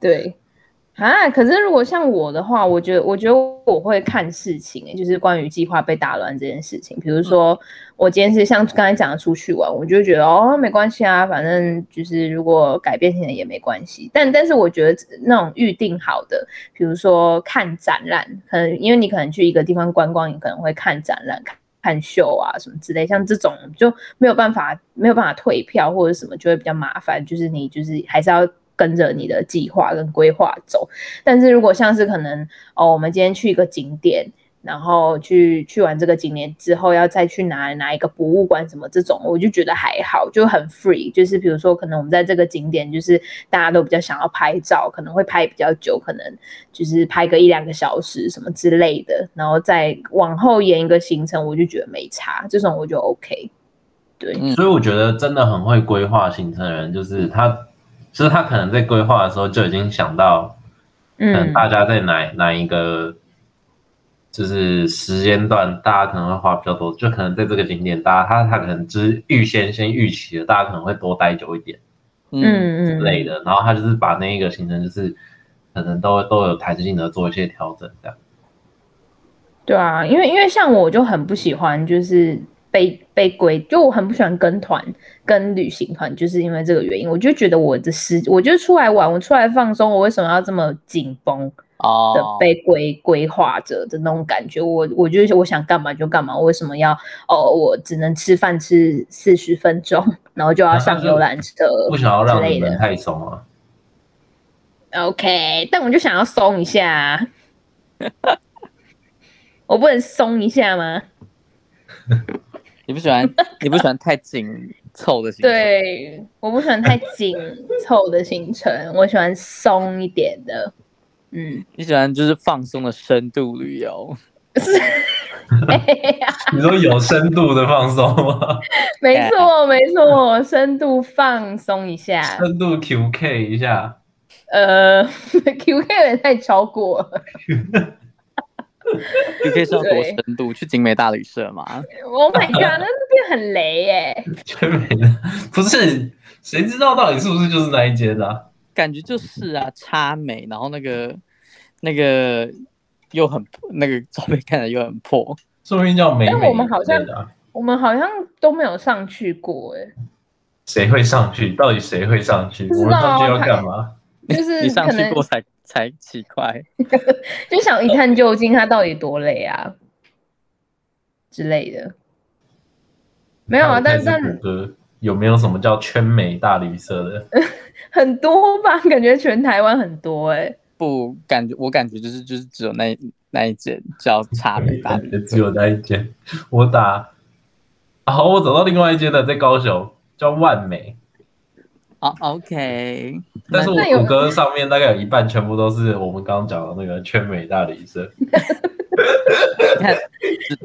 C: 对啊，可是如果像我的话，我觉得我觉得我会看事情、欸，就是关于计划被打乱这件事情。比
B: 嗯
C: 如说，我今天是像刚才讲的出去玩，我就觉得哦没关系啊，反正就是如果改变行程也没关系。但但是我觉得那种预定好的，比如说看展览，可能因为你可能去一个地方观光，你可能会看展览、看看秀啊什么之类，像这种就没有办法没有办法退票或者什么，就会比较麻烦。就是你就是还是要跟着你的计划跟规划走。但是如果像是可能哦，我们今天去一个景点。然后去去完这个景点之后，要再去哪哪一个博物馆什么这种，我就觉得还好，就很 free。就是比如说，可能我们在这个景点，就是大家都比较想要拍照，可能会拍比较久，可能就是拍个一两个小时什么之类的，然后再往后延一个行程，我就觉得没差，这种我就 OK。对，
B: 嗯
A: 所以我觉得真的很会规划行程的人，就是他，就是他可能在规划的时候就已经想到，可能
C: 嗯，
A: 大家在哪哪一个。就是时间段，大家可能会花比较多，就可能在这个景点，大家他他可能就是预先先预期了，大家可能会多待久一点。
B: 地方，嗯，
C: 嗯
A: 之类，的，然后他就是把那一个行程就是可能都都有弹性的做一些调整，这样
C: 对啊，因为因为像我就很不喜欢，就是被被规，就我很不喜欢跟团、跟旅行团，就是因为这个原因，我就觉得我的时，我就出来玩，我出来放松，我为什么要这么紧绷的
B: 哦，
C: 被规规划着的那种感觉？我我就是我想干嘛就干嘛，我为什么要哦？我只能吃饭吃四十分钟，然后就要上游览车
A: 不想要
C: 之
A: 让
C: 类
A: 你们
C: 的。
A: 太松啊。
C: OK，但我就想要松一下啊， 我不能松一下吗？
B: 你不喜欢你不喜欢太紧凑的行程，
C: 对，我不喜欢太紧凑的行程，我喜欢松一点的。嗯，
B: 你喜欢就是放松的深度旅游，哎
A: 你说有深度的放松吗？
C: 没
B: 哎
C: 错，没错，深度放松一下。
A: 深度 QK 一下，
C: 呃 ，QK 也太超过了，
B: 你可以上多
C: 对
B: 深度？去景美大旅社嘛？
C: ，Oh my god，那那边很雷耶。
A: 全没了。不是，谁知道到底是不是就是那一间的、啊？
B: 感觉就是啊，差美，然后那个那个又很那个照片看起来又很破，
A: 说不定叫美美之类的啊。
C: 但我们好像我们好像都没有上去过，哎，
A: 谁会上去？到底谁会上去？
C: 不
A: 我
C: 知
A: 们
C: 道
A: 上
C: 啊
A: 去要干嘛？
C: 就 是
B: 你上
C: 嗯可
B: 去
C: 能
B: 过才才奇怪。
C: 就想一探究竟，它到底多累啊之类的。没有啊，
A: 还
C: 但
A: 是
C: 但
A: 谷歌有没有什么叫圈美大旅社的？
C: 很多吧，感觉全台湾很多哎、
B: 不感觉，我感觉就是就是只有那那一间叫差美 大 旅
A: 只有那一间。我打，好，我找到另外一间的，在高雄叫万美，
B: 哦，OK，
A: 但是我
C: 那有
A: 谷歌上面大概有一半全部都是我们刚刚讲的那个圈美大旅社。
B: 你看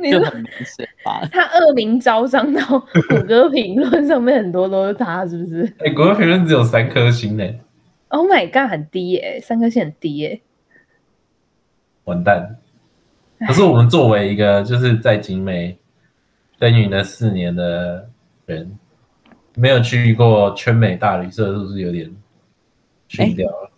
C: 你
B: 就
C: 说
B: 就很明显吧。
C: 他恶名昭彰到谷歌评论上面很多都是他，是不是
A: 哎、谷歌评论只有三颗星呢、
C: ？Oh my god，很低耶、三颗线很低耶、
A: 完蛋。可是我们作为一个就是在景美耕耘了四年的人，没有去过圈美大旅社，是不是有点逊掉了？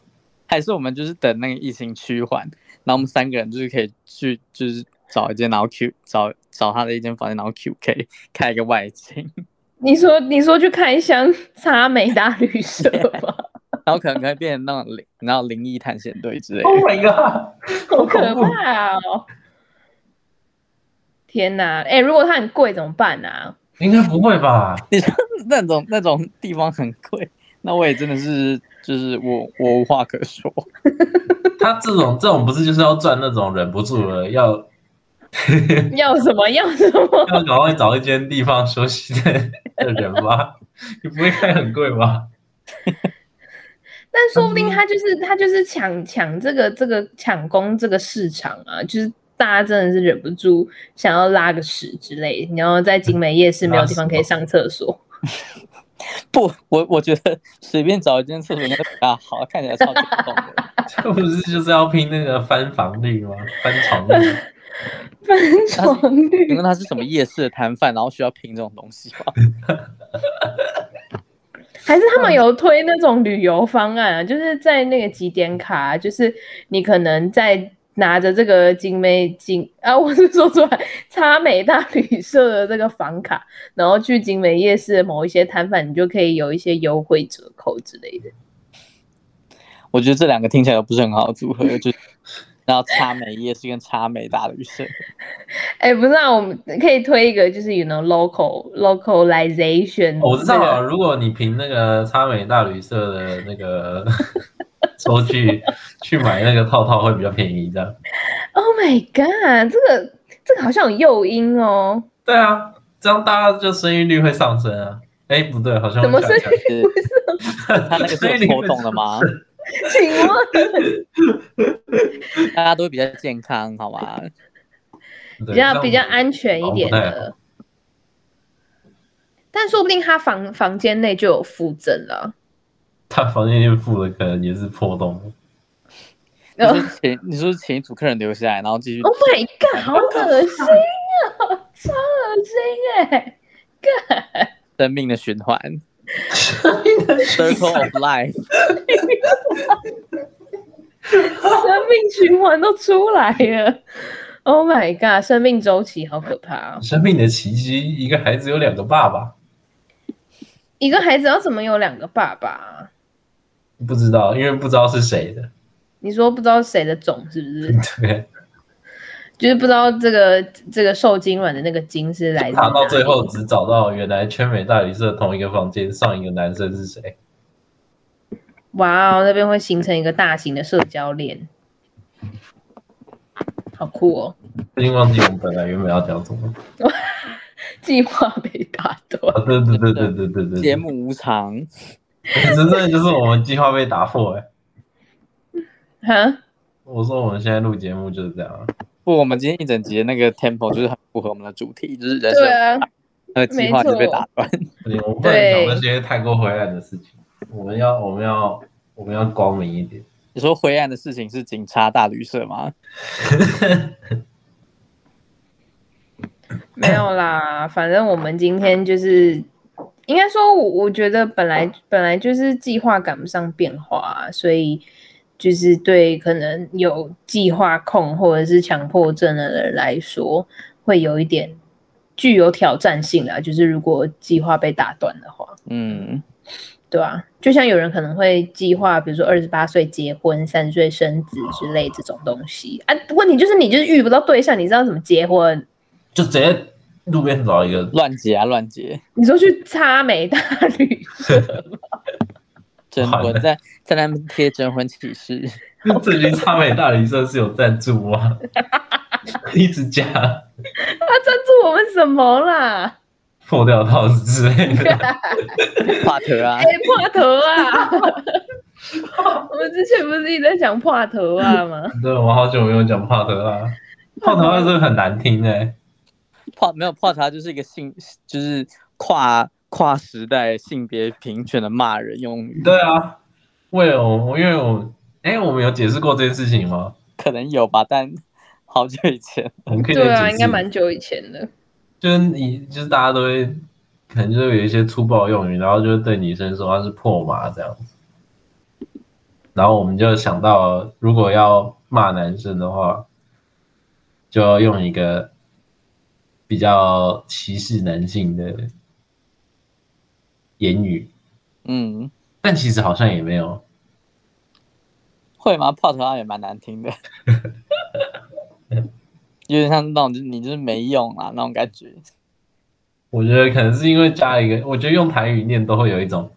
B: 还是我们就是等那个疫情趋缓，然后我们三个人就是可以去，就是找一间，然后 Q 找找他的一间房间，然后 QK 开一个外景，
C: 你说你说去开箱 擦美大旅社吧，
B: 然后可能可以变成那种灵，然后灵异探险队之类
A: oh
B: 的。
A: my god，好
C: 好
A: 恐
C: 可
A: 怖！
C: 怕哦！天哪，哎、如果它很贵怎么办啊？
A: 应该不会吧？
B: 你说那种那种地方很贵，那我也真的是就是我我无话可说。
A: 他这种这种不是就是要赚那种忍不住了，要
C: 要什么要什么？
A: 要赶快找一间地方休息的的人吗？ 你不会开很贵吧？
C: 但说不定他就是他就是抢抢这个这个抢攻这个市场啊，就是大家真的是忍不住想要拉个屎之类，然后在景美夜市没有地方可以上厕所，
B: 不，我我觉得 随便找一间厕所应该比较好，看起来超级动 的。
A: 这不是就是要拼那个翻房率吗？翻床率？
C: 分床
B: 你
C: 率
B: 问他是什么夜市的摊贩，然后需要拼这种东西吗？
C: 还是他们有推那种旅游方案啊，就是在那个几点卡啊、就是你可能在。拿着这个景美景啊，我是说出来，差美大旅社的这个房卡，然后去景美夜市的某一些摊贩，你就可以有一些优惠折扣之类的。
B: 我觉得这两个听起来都不是很好的组合，就然后插美夜市跟插美大旅社，
C: 哎、不是啊，我们可以推一个，就是 you know local localization、
A: 哦我知道
C: 啊
A: 了，，如果你凭那个差美大旅社的那个 收据去买那个套套会比较便宜，这样。
C: Oh my god，这个这个好像有诱因哦，
A: 对啊，这样大家就生育率会上升啊。哎，不对，好像
C: 怎么
A: 会下降
B: 是 他那个是有抽动的吗？
C: 请问
B: 大家都会比较健康，好吗？
A: 对
C: 比较
A: 这样
C: 比较安全一点
A: 好像不太
C: 的，但说不定他房房间内就有附赠了。
A: 他房间就付了，可能也是破洞。
B: 你
C: 呃
B: 说前你说前一组客人留下来，然后继续
C: Oh my god，好恶心啊，超恶心哎、
B: 生命的循 环，circle of life，
C: 生命循环都出来了。 Oh my god，生命周期好可怕啊！
A: 生命的奇迹，一个孩子有两个爸爸，
C: 一个孩子要怎么有两个爸爸啊？
A: 不知道，因为不知道是谁的。
C: 你说不知道谁的种是不是？
A: 对，
C: 就是不知道这个这个受精卵的那个精是来自
A: 查到
C: 哪
A: 最
C: 里
A: 后只找到原来圈美大旅社同一个房间上一个男生是谁。
C: 哇哦，那边会形成一个大型的社交链，好酷哦！
A: 已经忘记我们本来原本要讲什么。
C: 计划被打断，
A: 啊，对对对对对对对，
B: 节目无常，
A: 真正就是我们计划被打破哎、
C: 哈，
A: 我说我们现在录节目就是这样啊，
B: 不，我们今天一整集的那个 tempo 就是很符合我们的主题，就是人生
C: 对啊，
B: 那个计划就被打断。
A: 我们不能
C: 对
A: 讲那些太过灰暗的事情，我们要我们要我们要光明一点。
B: 你说灰暗的事情是警察大旅社吗？
C: 没有啦，反正我们今天就是，应该说我，我觉得本来本来就是计划赶不上变化，啊所以就是对可能有计划控或者是强迫症的人来说，会有一点具有挑战性啊。就是如果计划被打断的话，
B: 嗯，
C: 对啊，就像有人可能会计划，比如说二十八岁结婚、三十岁生子之类这种东西啊。问题就是你就是遇不到对象，你知道怎么结婚？
A: 就直接路边找一个，
B: 乱结啊乱结，
C: 你说去擦美大旅社，
B: 征
A: 好
B: 婚
A: 的
B: 在在那边贴征婚启事，
A: 这群差美大旅社是有赞助吗？ 一直加
C: 他赞助我们什么啦？
A: 破掉套子之类 的，
B: 画图啊
C: 哎、，破头啊！我们之前不是一直在讲破头啊 吗？
A: 对，我好久没有讲帕德拉，帕德拉真的很难听哎、
B: 泡没有泡茶就是一个性，就是跨跨时代性别平权的骂人用语，
A: 对啊，为了我因为我哎、我们有解释过这件事情吗？
B: 可能有吧，但好久以前。
A: 我们可以再
C: 对啊，
A: 解释
C: 应该蛮久以前的。
A: 就是你就是大家都会可能就是有一些粗暴用语，然后就会对女生说啊她是破马这样子。然后我们就想到，如果要骂男生的话，就要用一个比较歧视男性的言语，
B: 嗯，
A: 但其实好像也没有。
B: 会吗？泡茶也蛮难听的，有点像那种就是你就是没用啦那种感觉。
A: 我觉得可能是因为加了一个，我觉得用台语念都会有一种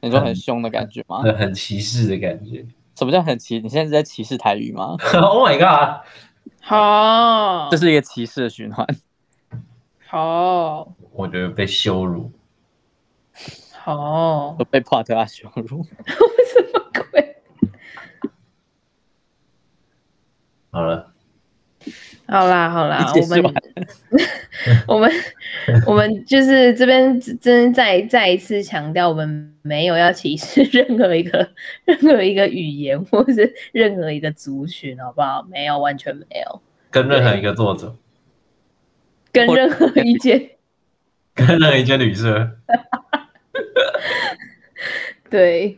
B: 你说很凶的感觉吗？
A: 很很歧视的感觉。
B: 什么叫很歧？你现在是在歧视台语吗？
A: oh my god！
C: 好
B: 这，是一个歧视的循环。
C: 好，
A: 我觉得被羞辱。
C: 好
B: 都，被啊帕特拉羞辱。
C: 什么鬼？
A: 好了。
C: 好啦，好 啦，
B: 你
C: 我
B: 解释
C: 们
B: 完
C: 我们我们就是这边真再再一次强调，我们没有要歧视任何一个 任何一个语言或是任何一个族群，好不好？没有，完全没有，
A: 跟任何一个作者，
C: 跟
B: 或
C: 任何一间
A: 跟任何一间旅社，
C: 对，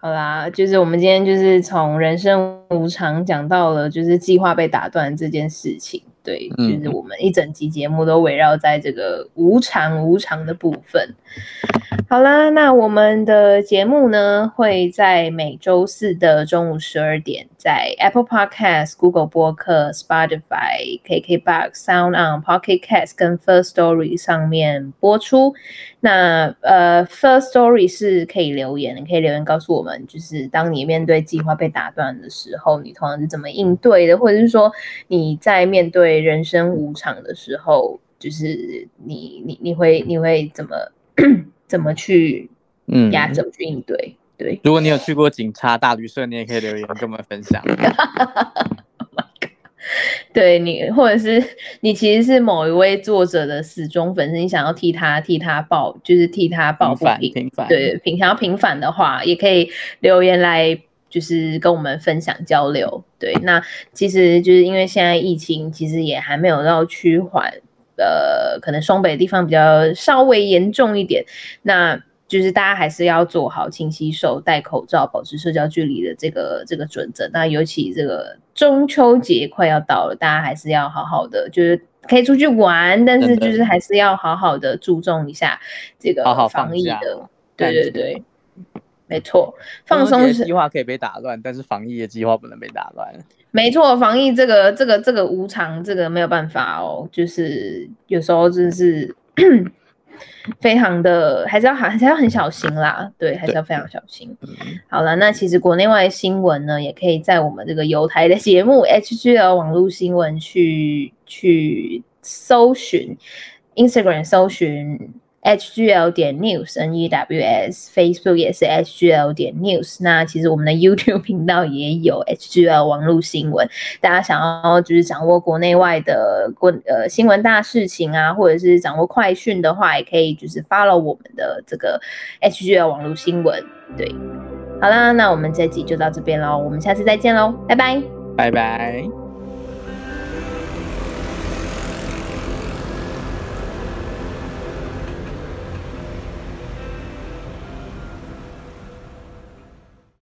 C: 好啦，就是我们今天就是从人生无常讲到了就是计划被打断这件事情，对，就是
B: 嗯
C: 我们一整集节目都围绕在这个无常无常的部分。好啦，那我们的节目呢会在每周四的中午十二点，在 Apple Podcast、Google 播客、Spotify、KKBox、Sound On、Pocket Cast 跟 First Story 上面播出。那呃，First Story 是可以留言，你可以留言告诉我们，就是当你面对计划被打断的时候，你通常是怎么应对的，或者是说你在面对人生无常的时候，就是你你你会你会怎么 怎么去
B: 嗯
C: 压怎么去应对？对，
B: 如果你有去过警察大旅社，你也可以留言跟我们分 享。
C: 对你，或者是你其实是某一位作者的死忠粉丝，你想要替他替他抱，就是替他抱
B: 平
C: 不
B: 反，
C: 平，
B: 平反。
C: 对，平常平凡的话，也可以留言来，就是跟我们分享交流。对，那其实就是因为现在疫情其实也还没有到趋缓，呃，可能双北地方比较稍微严重一点。那就是大家还是要做好勤洗手、戴口罩、保持社交距离的这个这个准则。那尤其这个中秋节快要到了，大家还是要好好的，就是可以出去玩，但是
B: 真的
C: 就是还是要好好的注重一下这个
B: 好好放
C: 防疫的。
B: 假
C: 对
B: 感
C: 对
B: 觉
C: 对，没错，
B: 中
C: 放
B: 秋
C: 松
B: 节
C: 是
B: 计划可以被打乱，但是防疫的计划不能被打乱。
C: 没错，防疫这个这个这个无常，这个没有办法哦，就是有时候真的是 非常的，还是要还是要很小心啦，对，还是要非常小心。好了，那其实国内外新闻呢，也可以在我们这个有台的节目 HGL 网络新闻去去搜寻，Instagram 搜寻 HGL 点 news N E W S，Facebook 也是 HGL 点 news。那其实我们的 YouTube 频道也有 HGL 网络新闻，大家想要就是掌握国内外的国呃新闻大事情啊，或者是掌握快讯的话，也可以就是 follow 我们的这个 HGL 网络新闻。对，好啦，那我们这集就到这边喽，我们下次再见喽，拜拜。
B: 拜拜。